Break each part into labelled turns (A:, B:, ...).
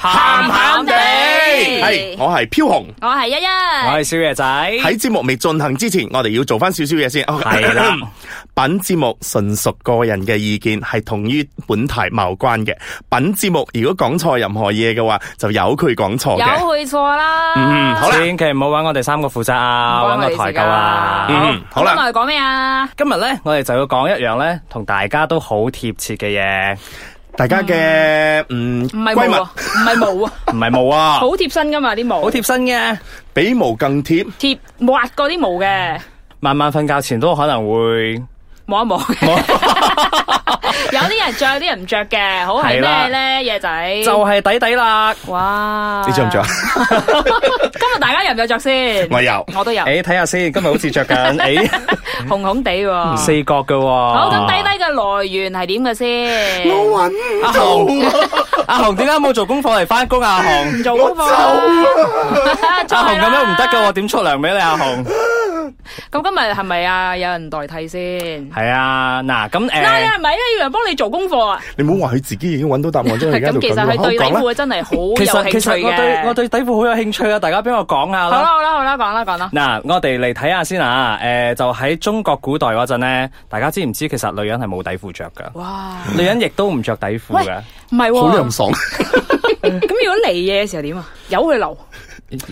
A: 鹹鹹地
B: 係我係飄紅。
A: 我係一一，
C: 我係小爺仔，
B: 喺節目未進行之前，我哋要做翻少少嘢先。
C: 係啦，
B: 本節目純屬個人嘅意見，係同於本台無關嘅。本節目如果講錯任何嘢嘅話，就由佢講錯
A: 有
B: 嘅。
A: 去錯啦。
B: 嗯好啦
C: 千祈唔好揾我哋三個負責啊，
A: 唔關
C: 揾
A: 我
C: 個
A: 哋
C: 台
A: 事㗎
C: 夠啊。
B: 嗯，好
A: 咁
B: 啦，
A: 我哋講咩啊？
C: 今日咧，我哋就要講一樣咧，同大家都好貼切嘅 嘢，
B: 大家嘅嗯
A: 唔係
B: 閨
A: 毛
B: 蜜
A: 啊，唔係毛啊，
C: 唔係毛啊，
A: 好貼身噶嘛啲毛，
C: 好貼身嘅。
B: 比毛更貼，
A: 貼滑過啲毛嘅，
C: 晚晚瞓覺前都可能會
A: 摸一摸嘅。 有啲人着，有啲人唔着嘅，好係
C: 係啦
A: 咩咧？嘢仔
C: 就係底底啦。
A: 哇！
B: 你着唔着？啊？
A: 今日大家有唔有着先？
B: 我有。
A: 我都有，
C: 誒，睇下先，今日好似着 緊誒
A: 紅紅地喎。
C: 四角嘅喎。
A: 好，
C: 好
A: 咁低低嘅來源係點嘅先？
B: 我揾到
C: 阿紅點解冇做功課嚟翻工啊？阿紅
A: 唔，做功課啦，出
C: 阿
A: 去
C: 紅咁
A: 啦
C: 樣唔得嘅，我點出糧俾你？阿紅，
A: 咁今日係咪啊？有人代替先？
C: 係啊，嗱咁
A: 嗱，你
C: 誒。
A: 係咪咧？要人幫你做功課啊？
B: 你唔好話佢自己已經揾到答案 咗，而家喺度
A: 咁其實
B: 講
A: 佢對
B: 好
A: 底
B: 講啦。
A: 褲真係好有
C: 其實其
A: 興趣
C: 實我對我
A: 嘅。
C: 對底褲好有興趣啊！大家俾我講下
A: 好
C: 啦
A: 啦。好啦好啦，講啦講啦。
C: 嗱，我哋嚟睇下先啊！誒、就喺中國古代嗰陣咧，大家知唔知其實女人係冇底褲着噶？
A: 哇，
C: 女人亦都唔着底褲嘅，
A: 唔係
B: 好
A: 喎
B: 涼，爽，
A: 咁如果嚟嘢嘅時候點啊？由佢流，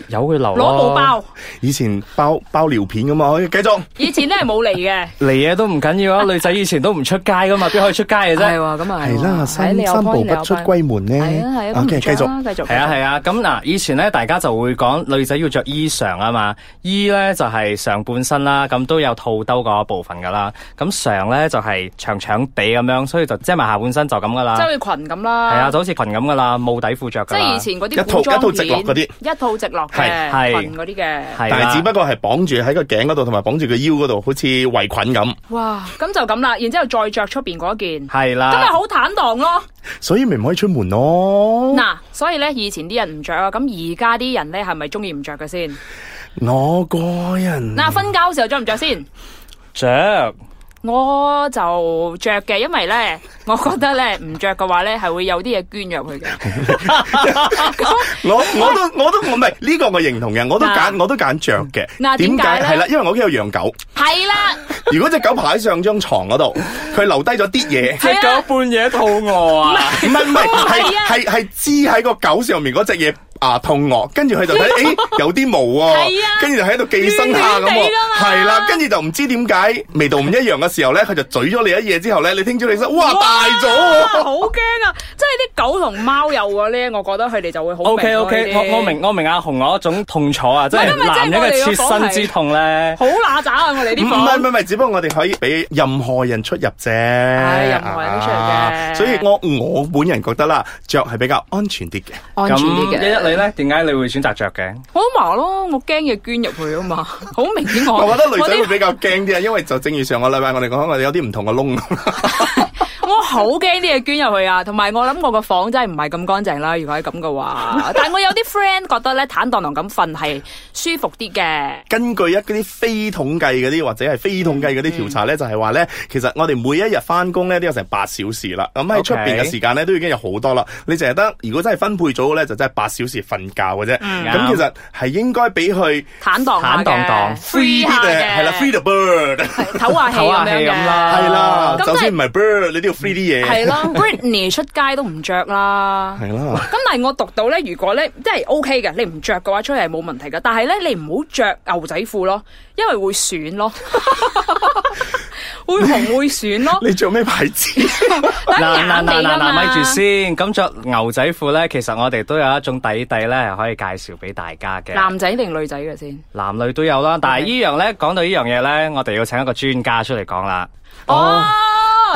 C: 有佢留
A: 攞布包。
B: 以前包包尿片啊噶嘛，可以繼續。
A: 以前咧係冇嚟嘅，
C: 嚟嘢都唔緊要 啊！女仔以前都唔出街噶嘛，邊可以出街嘅啫？
A: 喎，咁啊
B: 係啦，三三步不出閨門咧。
A: 係啊係啊，咁
B: o
A: 唔
B: k 繼
A: 着
B: 續。
A: 啦，繼續。
C: 係啊係啊，咁嗱，以前咧大家就會講女仔要着衣裳啊嘛，衣咧就係上半身啦，咁都有套兜嗰部分噶啦，咁裳咧就係長長地咁樣，所以就遮埋下半身就咁噶啦
A: 即，係好似裙咁啦。
C: 係啊，就好似裙咁噶啦，冇底褲着
A: 即
C: 噶
A: 係
C: 啦，
A: 以前嗰
B: 一
A: 啲
B: 套
A: 古裝
B: 一套直落嗰啲
A: 片一套直落
B: 係
C: 係
A: 嘅裙嗰啲嘅。
C: 係啦
B: 但係只不過係綁住喺個頸嗰度，同埋綁住個腰嗰度，好似圍裙咁，
A: 哇，咁就咁啦，然之後再着出邊嗰件，
C: 係
A: 咁咪
C: 啦，
A: 好坦蕩咯。
B: 所以咪唔可以出門咯。
A: 嗱，所以咧以前啲人唔着啊，咁而家啲人咧係咪中意唔着嘅先？
B: 我個人
A: 嗱，瞓覺嘅時候着唔着先？
C: 着。
A: 我就着嘅，因為咧，我覺得咧唔着嘅話咧係會有啲嘢捐 入去嘅。
B: 我我都我都我唔係呢個我認同嘅，我都
A: 嗱
B: 揀我都揀着嘅。
A: 嗱點解咧
B: 係啦，因為我屋企有養狗，
A: 係啦，
B: 如果只狗爬喺上張床嗰度，佢留低咗啲嘢。
A: 係啊，
C: 半夜肚餓啊！
B: 唔係唔係，
A: 係啊
B: 係係係支喺個狗上面嗰只嘢啊肚餓，跟住佢 就睇，誒有啲毛喎
A: 係啊，
B: 跟住就喺度寄生下咁
A: 暖暖地
B: 喎
A: 㗎，嘛
B: 係啦，跟住就唔知點解味道唔一樣嘅時候咧，佢就咀咗你一嘢之後咧，你聽朝起身，哇大咗
A: 哇
B: 喎！
A: 好驚啊！即係啲狗同貓有嘅咧，我覺得佢哋就會好
C: O K O
A: 明
C: K，
A: 咯呢啲
C: 我我明我明阿紅嗰種痛楚啊，即
A: 係
C: 係
A: 因為
C: 男人嘅切身之痛咧。
A: 好乸渣啊！我哋
B: 唔係
A: 啲
B: 唔係
A: 房
B: 唔係，只不過我哋可以俾任何人出入啫，任
A: 任何人都出入嘅
B: 所以我我本人覺得啦，着係比較安全啲嘅。
A: 安
C: 咁
A: 全啲
C: 一一
A: 嘅。
C: 你咧，點解你會選擇着嘅？
A: 我都話咯，我驚嘢捐入去啊嘛，好明顯我。
B: 我覺得女仔
A: 哦我
B: 會
A: 啲
B: 比較驚啲啊，因為就正如上個禮拜我哋講，我哋有啲唔同嘅窿。
A: 我好驚啲嘢捐入去啊，同埋我諗我個房真係唔係咁乾淨啦。如果係咁嘅話，但係我有啲 friend 覺得咧坦蕩蕩咁瞓係舒服啲嘅。
B: 根據一啲非統計嗰啲或者係非統計嗰啲
C: 嗯
B: 調查咧，就係話咧，其實我哋每一日翻工咧都有成八小時啦。咁喺出邊
C: OK
B: 嘅時間咧都已經有好多啦。你淨係得如果真係分配組咧，就真係八小時瞓覺嘅啫。咁
C: 嗯啱
B: 其實係應該俾佢
A: 坦蕩下嘅
C: 坦蕩蕩
B: free 啲嘅，係啦，free the bird
A: 唞下氣
C: 唞下
A: 咁
C: 氣
A: 樣
C: 咁
A: 嘅。
C: 啦
B: 係 啦。
A: 咁
B: 就算
A: 即係
B: 唔係 bird，你都要 free 啲嘢。
A: 係咯，Britney 出街都唔着啦。
B: 係啦，
A: 咁但係我讀到咧，如果咧即係 O K 嘅，你唔着嘅話出嚟係冇問題嘅。但係咧，你唔好着牛仔褲咯，因為會損咯，會紅會損咯。
B: 你着咩牌子？，
A: 嗱啊
C: 咪住先。咁着牛仔褲咧，其實我哋都有一種底底咧，係可以介紹俾大家嘅。
A: 男仔定女仔嘅先？
C: 男女都有啦，但係
A: OK
C: 依樣咧，講到依樣嘢咧，我哋要請一個專家出嚟講啦。
A: 哦，啊，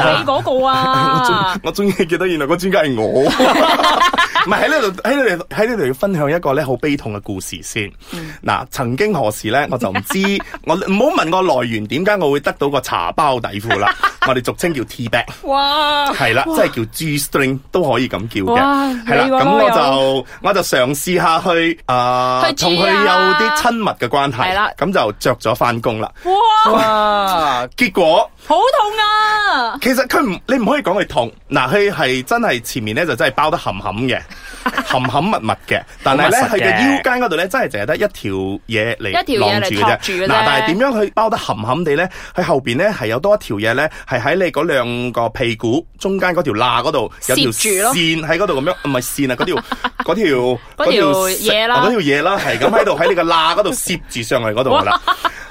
A: 你嗰個啊
B: 我終於記得，原來個專家係我。 唔係喺呢度，喺呢度，喺呢度要分享一個咧好悲痛嘅故事先。
A: 嗯
B: 嗱、曾經何時咧，我就唔知， 我唔好問我來源，點解我會得到個茶包底褲 啦？我哋俗稱叫 T bag。
A: 哇！
B: 係啦，即係叫 G string 都可以咁叫嘅，
A: 哇
B: 係啦。
A: 你話
B: 咁
A: 我
B: 我
A: 有
B: 就我就嘗試下去啊，
A: 去煮啊
B: 同佢有啲親密嘅關係，
A: 係啦
B: 咁就着咗翻工啦。
A: 哇，
C: 哇！
B: 結果
A: 好痛啊！
B: 其實佢唔，你唔可以講佢痛，嗱，佢係真係前面咧就真係包得冚冚 嘅，冚冚密密嘅，但係咧
C: 好
B: 佢
C: 密實
B: 嘅
C: 嘅
B: 腰間嗰度咧真係淨係得一條嘢
A: 一條
B: 嚟晾
A: 嘢
B: 住
A: 嚟托
B: 嘅
A: 住
B: 啫。
A: 嘅啫
B: 嗱，但係點樣去包得冚冚地咧？佢後邊咧係有多一條嘢咧，係喺你嗰兩個屁股中間嗰條罅嗰度有條
A: 攝住咯
B: 線喺嗰度咁樣，唔係線啊， 嗰條嗰條
A: 嗰條嘢啦
B: 啊嗰條嘢啦，係咁喺度喺你個罅嗰度攝住上去嗰度噶啦。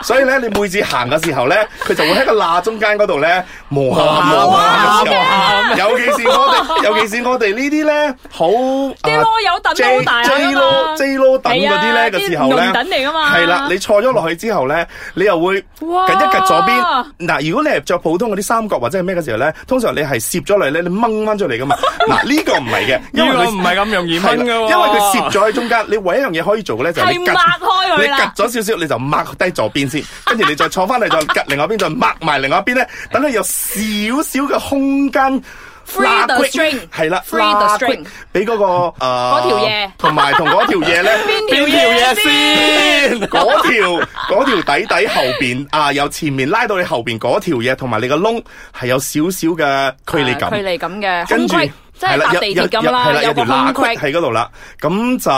B: 所以咧，你每次行嘅時候咧，佢就會喺個罅中間嗰度咧磨下磨下磨下，尤其是我哋，尤其是我哋呢啲咧好
A: 啲
B: 啊
A: 啰柚等都
B: J
A: 好大
B: J
A: 下噶嘛
B: 咯 J 咯等嗰啲
A: 係啊
B: 咧嘅時候咧，
A: 啲龍躉嚟噶嘛
B: 係啦，你坐咗落去之後咧，你又會
A: 哇
B: 緊一趌左邊。嗱，如果你係着普通嗰啲三角或者係咩嘅時候咧，通常你係攝咗嚟咧，你掹翻出嚟噶嘛。嗱，呢個唔係嘅， 因為
C: 呢個
B: 佢
C: 唔係咁容易
B: 係
C: 掹
B: 啦
C: 嘅喎，
B: 因為佢攝咗喺中間，你唯一一樣嘢可以做嘅咧就係你
A: 係
B: 夾
A: 擘開
B: 你
A: 佢
B: 夾
A: 啦，
B: 咗少少，你就擘低左邊 先，跟住你再坐翻嚟，再夾另外一邊，再擘埋另外一邊咧，等佢有少少嘅空間。
A: Free the
B: 罅隙
A: string
B: 係啦
A: Free the
B: 罅隙
A: string
B: 俾嗰個誒嗰
A: 條嘢
B: 同埋同嗰條嘢咧，
A: 邊條
C: 邊條嘢先？
B: 嗰條嗰條底底後邊啊，由前面拉到你後邊嗰條嘢，同埋你個窿係有少少嘅距離感
A: 啊距。離感嘅，
B: 跟住
A: 空隙即係搭
B: 有
A: 地
B: 有
A: 鐵咁
B: 有係
A: 啦，有
B: 有條
A: 個空
B: 罅
A: 隙
B: 隙喺嗰度啦。咁就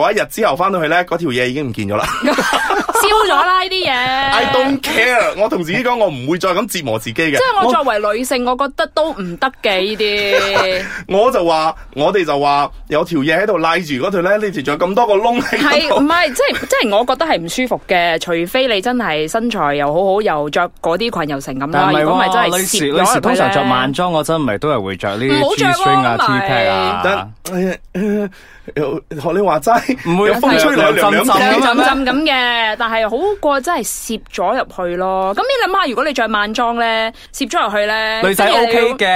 B: 嗰一日之後翻到去咧，嗰條嘢已經唔見咗啦。
A: 燒咗啦呢啲嘢。
B: I don't care，我同自己講，我唔會再咁折磨自己嘅。
A: 即係我作為女性，我覺得都唔得嘅呢啲，
B: 我我就話，我哋就話有條嘢喺度拉住嗰條咧，你哋仲有咁多個窿喺
A: 係唔嗯
B: 度。
A: 係？即係即係，我覺得係唔舒服嘅。除非你真係身材又好好，又着嗰啲裙又成咁啦。
C: 但係
A: 如果唔係真
C: 喎，
A: 係
C: 女士
A: 攝咗
C: 女
A: 入去
C: 士通常
A: 呢
C: 着晚裝，我真唔係都係會着呢
A: 唔好
C: 啲
A: 着咯
C: G-string 啊、T
A: 咪
C: pack 啊
B: 但。哎係誒又學你話齋，
C: 唔會
B: 有風吹來涼涼
C: 涼
B: 地
A: 兩
C: 浸浸。
A: 浸浸咁嘅，但係好過真係攝咗入去咯。咁你諗下，如果你着晚裝咧，攝咗入去咧，
C: 女仔
A: 跟住又要
C: OK 嘅，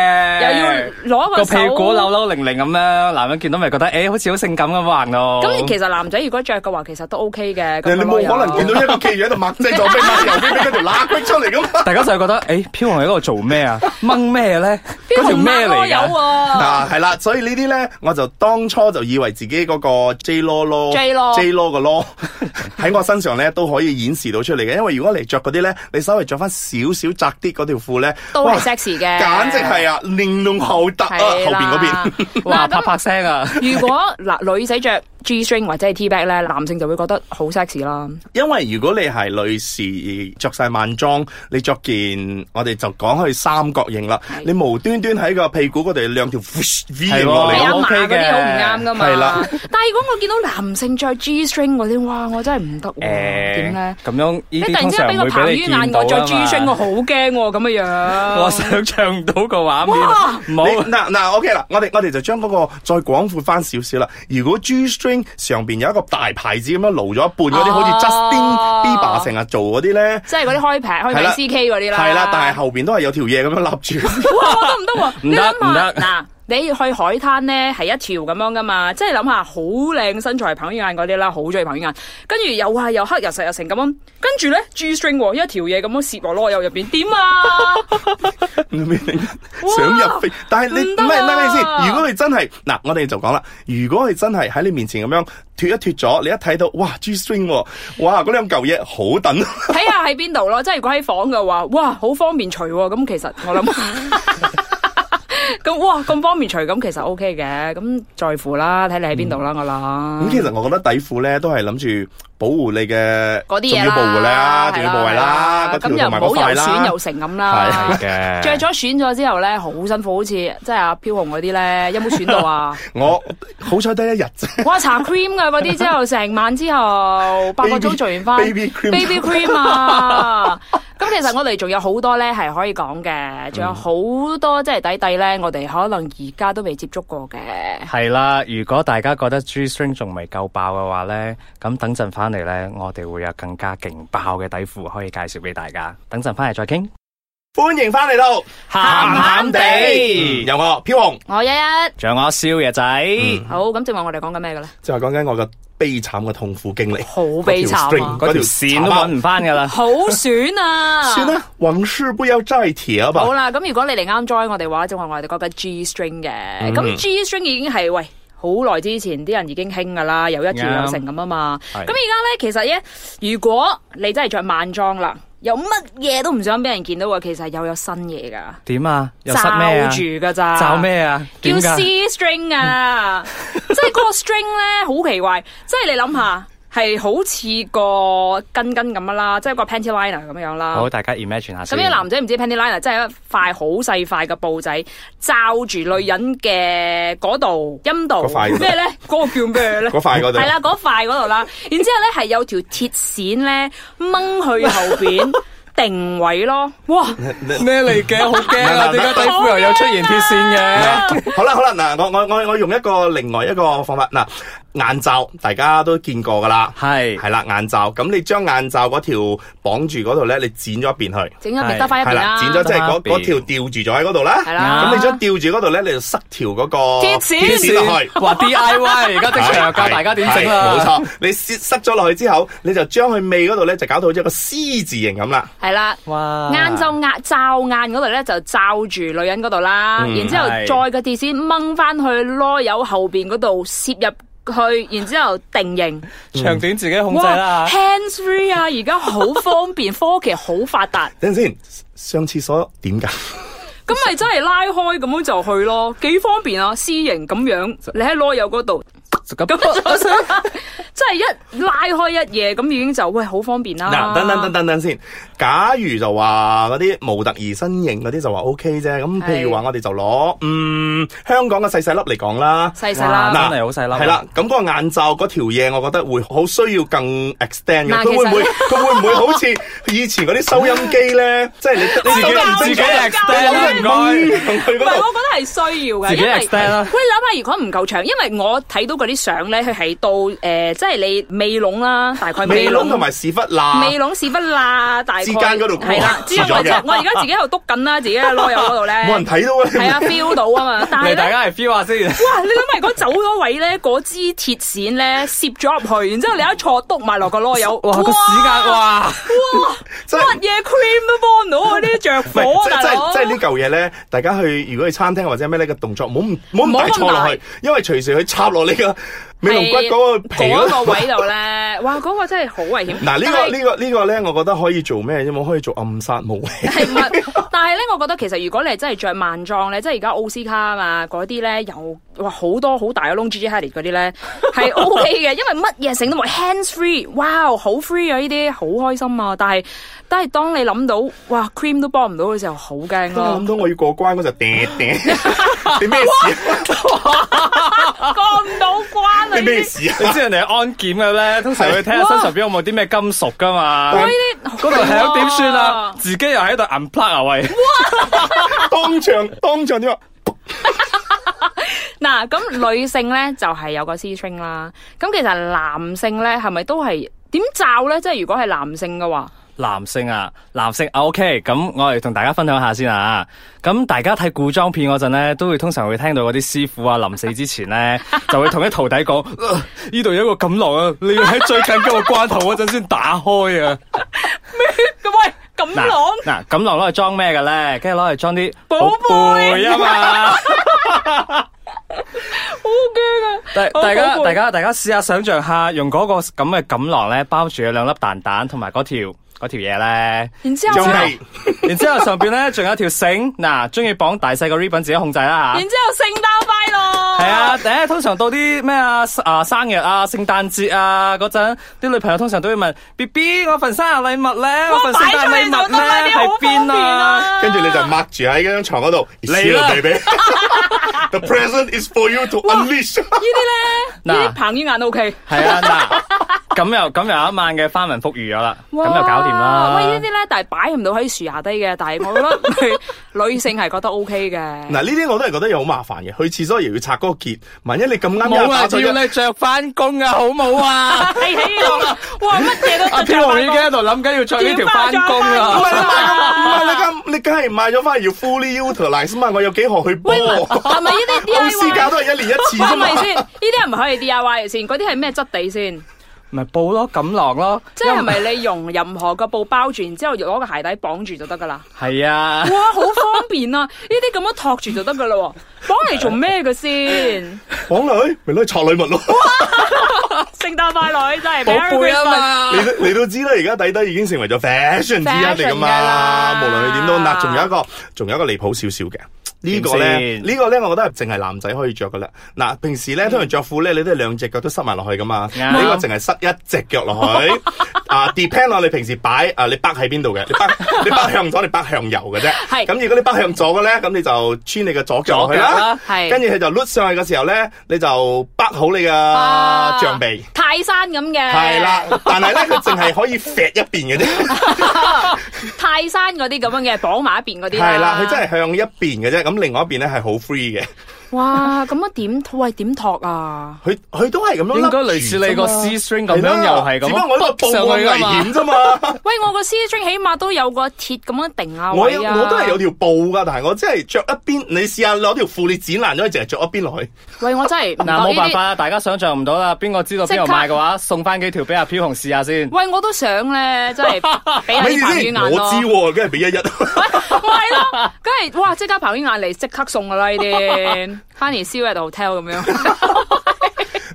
A: 又要攞個
C: 個
A: 手
C: 屁股扭扭零零咁樣，男人見到咪覺得誒好似好性感咁行咯。
A: 咁其實男仔如果着嘅話，其實都 OK 嘅。咁
B: 你冇可能見到一個企 魚喺度擘低左邊擘右邊，跟條罅隙出嚟噶嘛？
C: 大家就係覺得誒飄紅喺度做咩 啊？掹咩咧？
A: 邊
C: 嗰條咩
A: 有
C: 嚟㗎？
A: 喎？
B: 嗱，啊係啦，所以呢啲咧，我就當初就以為自己嗰個 J 咯咯
A: J 咯
B: J 咯個咯 喺我身上咧都可以顯示到出嚟嘅，因為如果你着嗰啲咧，你稍微着翻少少窄啲嗰條褲咧，
A: 都
B: 哇
A: 係 sexy 嘅，
B: 簡直係啊，玲瓏厚突啊，後
A: 係啦
B: 邊嗰邊。
C: 哇
A: 嗱
C: 啪
A: 咁
C: 啪 聲啊！
A: 如果嗱女仔着 G string 或者係 T back 咧，男性就會覺得好 sexy 啦。
C: 哦
B: 因為如果你係女士着晒晚裝，你着件我哋就講去三角形啦
A: 係，
B: 你無端端喺個屁股嗰度兩條 V
C: 係喎
B: 型落
C: 係
B: 嚟
A: 係
B: 咯，
A: 啊，
C: 我
A: 麻
C: OK
A: 嗰啲好唔
C: 嘅
A: 啱噶嘛。
B: 係啦
A: 但係如果我見到男性着 G string 嗰啲，哇，我真係唔得喎。
C: 誒
A: 點咧？
C: 咁樣呢
A: 你
C: 啲
A: 突然
C: 通
A: 之間
C: 常
A: 俾個
C: 會
A: 彭
C: 俾
A: 于
C: 你見
A: 晏
C: 到
A: 我
C: 啊
A: 着
C: 嘛
A: G string，我好驚喎，咁嘅樣。
C: 我想象唔到個畫面啊，唔
B: 你
C: 好。
B: 嗱嗱 OK 啦，我哋我哋就將嗰個再廣闊翻少少啦。如果 G string 上邊有一個大牌子咁樣露咗一半嗰啲，
A: 哦
B: 好似 Justin Bieber 成日做嗰啲咧，
A: 即係嗰啲開平開
B: 係啦
A: 平 C K 嗰啲啦。
B: 係啦，但係後邊都係有條嘢咁樣立住。
A: 哇，我 都唔得喎，
C: 唔得
A: 你諗下
C: 唔得
A: 嗱。你去海灘咧係一條咁樣噶嘛，即係諗下好靚身材彭于晏嗰啲啦，好中意彭于晏，跟住又話又黑又實又成咁樣，跟住咧 G string 喎一條嘢咁樣攝落囉柚入邊，點 啊？
B: 你明唔明想入非，但係你咩
A: 唔得
B: 咩咩
A: 啊
B: 先？如果佢真係嗱，我哋就講啦，如果佢真係喺你面前咁樣脱一脱咗，你一睇到哇 G string，喎哇嗰兩嚿嘢好等，
A: 睇下喺邊度咯，即係如果喺房嘅話，哇，好方便除喎。咁其實我諗， 咁哇咁方便除，咁其實 O K 嘅。咁在乎啦，睇你喺邊度啦，我
B: 咁其
A: 諗。
B: 實我覺得底褲咧都係諗住保護你嘅
A: 嗰
B: 重
A: 啲嘢
B: 要
A: 啦，
B: 部位啦，重要部位啦，嗰
A: 係
B: 條
A: 咁又
B: 同
A: 唔
B: 埋
A: 好
B: 嗰塊
A: 又損
B: 啦
A: 又。成咁啦。
C: 嘅
A: 着咗選咗之後咧，好辛苦，好似即係阿飄紅嗰啲咧，有冇選到啊？
B: 我好彩得一日啫，
A: 哇，搽 cream 嘅嗰啲之後，成晚之後八個鐘做完翻
B: Baby- baby cream
A: baby cream 啊！咁其實我哋仲有好多咧係可以講嘅，仲有好多即係底底咧，我哋可能而家都未接觸過嘅。
C: 係啦，如果大家覺得 G string 仲未夠爆嘅話呢，咁等陣翻嚟呢，我哋會有更加勁爆嘅底褲可以介紹俾大家。等陣翻嚟再傾。
B: 欢迎翻嚟到
C: 鹹鹹地
B: 嗯有我飘紅，
A: 我一一
C: 仲有我宵嘅仔，
A: 好咁，正話我哋講緊咩嘅咧？
B: 就係講緊我嘅悲慘嘅痛苦經歷，
A: 好悲慘啊
B: 嗰條 string，
C: 嗰條
B: 嗰
C: 線
B: 條
C: 都
B: 慘啊
C: 揾唔翻噶啦。
A: 好選 啊！
B: 算啦，往事不要再提啊吧
A: 好。啦，咁如果你哋啱 join 我哋話，正話我哋講緊 G string 嘅，咁、G string 已經係喂。好耐之前啲人已經興噶啦，有一條有成咁啊嘛。咁
C: 係
A: 而家咧，其實咧，如果你真係着晚裝啦，有乜嘢都唔想俾人見到嘅，其實又有新嘢噶，
C: 點啊？又塞咩
A: 罩
C: 啊？
A: 住噶咋？
C: 罩咩啊？
A: 叫
C: 點㗎
A: C string 啊，即係嗰個 string 咧好奇怪，即係你諗下，係好似個巾巾咁樣啦，即係個 panty liner 咁樣啦。
C: 好，大家 imagine 下
A: 咁
C: 先。
A: 啲男仔唔知 panty liner 真係一塊好細塊嘅布仔罩住女人嘅嗰度陰道
B: 嗰塊
A: 咩咧？嗰、個叫咩咧？
B: 嗰塊嗰度
A: 係啦，嗰塊嗰度啦。然之後咧係有條鐵線咧掹去後邊 定位咯。哇！
C: 咩嚟嘅？好驚
B: 啊點解
A: 底褲又有出現
C: 鐵線嘅？
B: 好啦好啦，嗱，我我我我用一個另外一個方法，嗱，眼罩大家都見過噶啦，
C: 係
B: 係啦，眼罩，咁你將眼罩嗰條綁住嗰度咧，你剪咗一邊去。
A: 整咗咪得翻一
B: 係
A: 邊啊啦，
B: 啦，剪咗即係嗰
C: 得
B: 嗰
C: 返一邊
B: 條吊住咗喺嗰度啦。
A: 係啦
B: 咁你將吊住嗰度咧，你就塞條嗰個
A: 鐵線
B: 鐵線落去。
C: 話 D I Y，而家 即場教大家點整啦。
B: 係冇錯，你塞塞咗落去之後，你就將佢尾嗰度咧就搞到好似一個 C 字形咁啦。
A: 係啦。
C: 哇！
A: 晏晝壓罩眼嗰度咧就罩住女人嗰度啦，
B: 嗯
A: 然之
C: 係
A: 後再個鐵線掹翻去囉柚後邊嗰度攝入去，然之後定型。
C: 長短自己控制
A: 哇
C: 啦。
A: ，hands free 啊，而家好方便，科技好發達，
B: 等陣先，上廁所點㗎？
A: 咁咪真係拉開咁樣就去咯，幾方便啊！私營咁樣，你喺囉柚嗰度，
C: 咁
A: 真係一拉開一嘢咁已經就喂好方便啦。
B: 嗱，等等等等等先。假如就話嗰啲模特兒身形嗰啲就話 O K 啫。咁譬如話我哋就攞嗯香港嘅細細粒嚟講啦。
A: 細細啦。
C: 哇真係好細粒啊
B: 係啦，咁嗰個眼罩嗰條嘢，我覺得會好需要更 extend 嘅。
A: 嗱
B: 佢
A: 其
B: 會唔
A: 實
B: 會佢會唔會好似以前嗰啲收音機咧？即係你你自己唔
C: 自
B: 知
C: 己
B: 嘅
A: 教
C: extend 啦，唔該。
B: 佢
A: 唔係，
B: 嗰度。
A: 我覺得係需要嘅，
C: 自己
A: 因為
C: extend 啦
A: 喂，你諗下，如果唔夠長，因為我睇到嗰啲相咧，佢係到誒，即係你尾籠啦，大概
B: 尾窿
A: 籠
B: 同埋。屎忽罅，
A: 尾籠屎忽罅，大概
B: 之間嗰度
A: 係啦
B: 哇，
A: 之間
B: 遲咗
A: 我
B: 嘅
A: 我而家自己喺度篤緊啦，自己喺籮柚嗰度 咧，
B: 冇人睇到啊！
A: 係啊 feel 到 啊嘛，但係
C: 嚟大
A: 咧。
C: 家嚟 feel 下先。
A: 哇！你諗下，如果走咗位咧，嗰支鐵線咧攝咗入去，然之後你一坐篤埋落個籮柚，
C: 哇！個屎眼哇！
B: 真
A: 乜嘢 cream 都幫唔到我呢啲着
B: 唔係
A: 火啊，
B: 即係
A: 大佬
B: 即係即係呢嚿嘢咧，大家去如果去餐廳或者咩呢個動作，唔好唔唔好
A: 唔好
B: 咁大
A: 咁
B: 錯落
A: 大
B: 去，因為隨時佢插落你個尾龍骨
A: 係
B: 嗰個皮
A: 嗰
B: 嗰
A: 個
B: 度。
A: 位度咧，哇！嗰個真係好危險。
B: 嗱呢
A: 但係
B: 個呢個呢個咧，我覺得可以做咩啫嘛？可以做暗殺武器。
A: 係物，但係咧，我覺得其實如果你係真係着晚裝咧，即係而家奧斯卡啊嘛，嗰啲咧有哇好多好大嘅窿，G G Hadid 嗰啲咧係 O K 嘅，因為乜嘢繩都冇，hands free，哇，好 free 啊！呢啲好開心啊！但係但係當你諗到哇 cream 都幫唔到嘅時候，好驚
B: 當我
A: 咯
B: 諗，到我要過關嗰陣，嗲嗲，你咩事啊？
A: 過唔到關啊！
B: 你
A: 呢
B: 咩
A: 啲
B: 事啊？
C: 你知人哋安檢嘅咧，通常會睇下身上邊有冇啲咩金屬噶嘛。
A: 呢啲
C: 嗰度響點算啊？自己又喺度 unplug 啊喂！
B: 當場當場點啊？
A: 嗱，咁女性咧就係、有個 C string 啦，咁其實男性咧係咪都係點罩咧？即係如果係男性嘅話。
C: 男性啊，男性啊，OK，咁我嚟同大家分享下先啊。咁大家睇古裝片嗰陣咧，都會通常會聽到嗰啲師傅啊，臨死之前 咧，就會同啲徒弟講：呃呢度有一個錦囊啊，你要喺最近嗰個關頭嗰陣先打開啊。
A: 咁喂，咁
C: 嗱
A: 朗
C: 嗱，錦囊攞嚟裝咩嘅咧？跟住攞嚟裝啲
A: 寶貝
C: 啊嘛。
A: 好驚啊！
C: 大
A: 好
C: 大家
A: 好攰
C: 大家大家試下想像下，用嗰個咁嘅錦囊咧包住有兩粒蛋蛋同埋嗰條嗰條嘢咧，
A: 然之
B: 仲
A: 後咧，
B: 係
C: 然之後上邊咧仲有條繩，嗱，中意綁大細個 ribbon 自己控制啦
A: 然
C: 嚇。
A: 之後聖誕快樂。
C: 係啊，誒通常到啲咩啊啊生日啊、聖誕節啊嗰陣，啲女朋友通常都會問 B B 我份生日禮物咧，我份聖誕禮物咧喺邊啊？
B: 跟住你就抹住喺張床嗰度，
C: 嚟啦
B: baby。The present is for you to unleash。
A: 呢啲咧，
C: 嗱
A: 呢啲彭于晏 O K。
C: 係啊，嗱，咁又咁又有一晚嘅翻雲覆雨咗啦，咁
A: 哇
C: 就搞掂啦。
A: 喂，呢啲咧，但係擺唔到喺樹下低嘅，但係我覺得女女性係覺得 O K 嘅。！
B: 嗱呢啲我都係覺得又好麻煩嘅，去廁所又要拆嗰個結，萬一你咁啱
C: 冇
B: 又
C: 啊，
B: 打咗
C: 要
B: 一，
C: 你着翻工啊，好冇 啊
A: 哎呀，哇，乜嘢都
C: 阿
A: 着
C: 飘
A: 上
C: 我
A: 返
C: 已經
A: 工
C: 喺度諗緊要着呢條翻工
B: 唔係
C: 啦。
B: 你買個啊唔係你梗你梗係買咗翻嚟要 fully utilize 嘛，我有幾何去 波？
A: 喂，係咪呢啲 D
B: 公
A: I
B: 司
A: Y？
B: 價都係一年一次啫
A: 係
B: 嘛
A: 哎咪。先？呢啲係咪可以 D I Y 嘅先？嗰啲係咩質地先？
C: 咪布咯，錦囊咯，
A: 即係咪你用任何個布包住，然之後攞個鞋底綁住就得噶啦？
C: 係啊。
A: 哇，好方便啊！呢啲咁樣托住就得噶啦喎，綁嚟做咩嘅先？
B: 講女咪攞去拆禮物咯。
A: 聖誕快樂，真係
C: 寶
A: Merry
C: 貝啊
A: Christmas！
C: 嘛，
B: 你都你都知啦，而家底底已經成為咗 fashion 之一嚟噶
A: Fashion 㗎啦
B: 嘛。無論你點都嗱，仲有一個，仲有一個離譜少少嘅。呢個咧，
C: 點先
B: 呢個咧，我覺得淨係男仔可以着噶啦。嗱，平時
A: 嗯
B: 咧通常着褲咧，你都係兩隻腳都塞埋落去噶嘛。
C: 啱
B: 呢個淨係塞一隻腳落 去。啊，depend on 你平時擺啊，你北喺邊度嘅？你 北你北向左，你北向右嘅啫。
A: 係
B: 咁如果你北向左嘅咧，咁你就穿你嘅左腳落去
C: 左腳
B: 啦
C: 啦。
A: 係
B: 跟住佢就碌上去嘅時候咧，你就北好你嘅象鼻。
A: 泰山咁 嘅，
B: 系啦，
A: 啊
B: 但係咧佢淨係可以揈一邊嘅 啫，
A: 泰山嗰啲咁樣嘅綁埋一邊嗰啲
B: 係啦，佢真係向一邊嘅啫，咁另外一邊咧係好 free 嘅，
A: 哇，咁樣點喂點托啊？
B: 佢佢都係咁樣笠住啫
C: 應
B: 嘛，
C: 該類似你個 C string 咁樣
B: 係啦
C: 又係咁
B: 只不過我呢個
C: 樣
B: 布
C: 上
B: 案
C: 去
B: 危
C: 㗎嘛
B: 險啫 嘛，
A: 喂，我個 C string 起碼都有個鐵咁樣定啊
B: 我
A: 位
B: 有
A: 啊！
B: 我都係有條布噶，但係我真係着一邊，你試下攞條褲你剪爛咗，淨係着一邊落去，
A: 喂，我真係唔
C: 嗱，
A: 覺
C: 冇
A: 呢
C: 辦
A: 啲
C: 法啦，大家想象唔到啦。邊個知道邊
A: 即
C: 度
A: 刻
C: 買嘅話，送翻幾條俾阿飄紅試下先。
A: 喂，我都想咧，真係 俾下
B: 咪
A: 啲彭于
B: 先
A: 晏
B: 我
A: 咯
B: 知，喎，梗係俾一一。
A: 係咯，梗係哇！即刻彭于晏嚟，即刻送噶啦呢啲，Honey s e a at hotel 咁樣，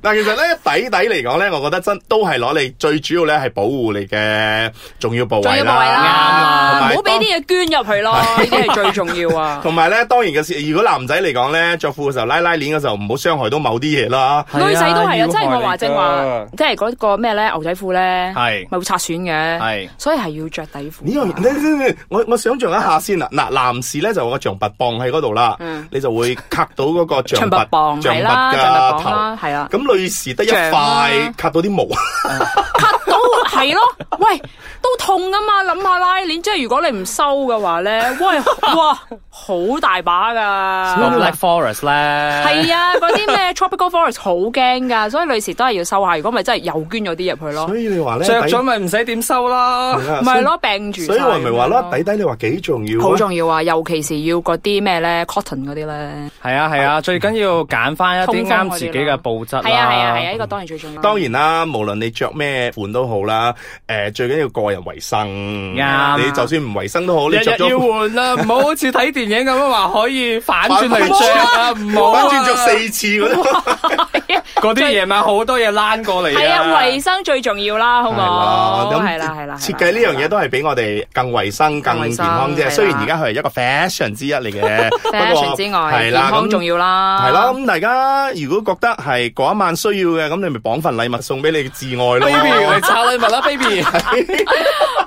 B: 嗱，其實咧底底嚟講咧，我覺得真都係攞嚟最主要咧係保護你嘅重要部
A: 仲
B: 位
A: 要部位
C: 啱
A: 啦，
B: 啦
A: 唔好俾啲嘢捐入去咯，呢啲係最重要啊！
B: 同埋咧，當然嘅事，如果男仔嚟講咧，着褲嘅時候拉拉鏈嘅時候，唔好傷害到某啲嘢啦。
C: 係啊
A: 女仔都係啊，
C: 要
A: 即係我話正
C: 害你
A: 話
C: 㗎，
A: 即係嗰個咩咧牛仔褲咧，
C: 係
A: 咪會擦損嘅，
C: 係
A: 所以係要着底
B: 呢樣
A: 褲啊㗎。
B: 呢呢呢我我想象一下先啦。啊嗱，男士咧就有個象拔蚌喺嗰度啦
A: 嗯，
B: 你就會卡到嗰個象
A: 長
B: 拔
A: 白棒
B: 象
A: 係啦，長白
B: 拔
A: 棒啦
B: 嘅，
A: 係啦，
B: 頭。咁女士得一
A: 象啦
B: 塊卡到啲毛，
A: 都係咯，喂，都痛噶嘛，諗下拉鏈，即係如果你唔收嘅話咧，喂，哇，好大把
C: 個
A: 噶。
C: Black Forest 咧，
A: 係啊，嗰啲咩 tropical forest 好驚噶，所以女士都係要收下，如果咪真係又捐咗啲入去咯，
B: 所以你話咧
C: 着咗
B: 底
C: 咪唔使點收啦。
A: 咪係咯，病住晒
B: 所以我咪話
A: 咁樣
B: 咯，底底你話幾重要啊？
A: 好重要啊，尤其是要嗰啲咩咧 cotton 嗰啲咧，
C: 係啊係啊，最緊要揀翻一啲
A: 通風嗰啲
C: 啱
A: 啦
C: 自己嘅布質啦。
A: 係啊係啊係啊，呢個當然最重要。
B: 當然啦，無論你着咩款都好啦，诶、最緊要個人衞生。
C: 啱
B: 你就算唔衞生都好，你
C: 日
B: 着
C: 日
B: 咗
C: 要
B: 褲
C: 換啦，唔好好似睇電影咁樣話可以反 轉嚟着啊，唔好
B: 翻
C: 啊
B: 轉着四次嗰啲。
C: 嗰啲夜晚好多嘢躝過 嚟
A: 係啊，衞生最重要啦，好
B: 係啦
A: 冇？，
B: 咁
A: 係啦係啦，
B: 設計呢樣嘢都係俾我哋更衞生、
A: 更
B: 更
A: 衞生
B: 健康
A: 係啦
B: 啫。雖然而家佢係一個 fashion 之一嚟 嘅
A: fashion 之外，健康重。要
B: 不
A: 啦，
B: 過係啦，咁係啦咁大家如果覺得係嗰一晚需要嘅，咁你咪綁份禮物送俾你嘅摯愛咯。
C: baby 嚟拆禮物啦，baby。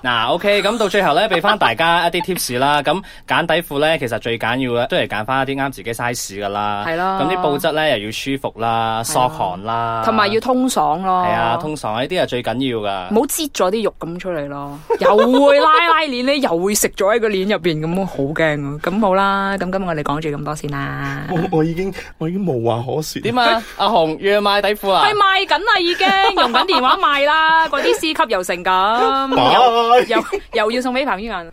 C: 嗱，OK，咁到最後咧，俾翻大家一啲 tips 啦。咁揀底褲咧，其實最緊要咧，都係揀翻一啲啱自己 size 噶啦。
A: 係啦
C: 咁啲布質咧又要舒服啦，索汗啦，
A: 同埋要通爽咯，
C: 係啊，通常呢啲係最緊要 噶。
A: 唔好擠咗啲肉咁出嚟咯，又會拉拉鏈咧，又會食咗喺個鏈入邊，咁好驚啊！咁好啦，咁今日我哋講住咁多先啦，
B: 我我已經我已經無話可説。
C: 點啊？阿紅要買底褲 啊
A: 係？賣緊啦，已經用緊電話賣 啦，嗰啲 C 級又成咁，又
B: 拜
A: 又又要送俾彭于晏。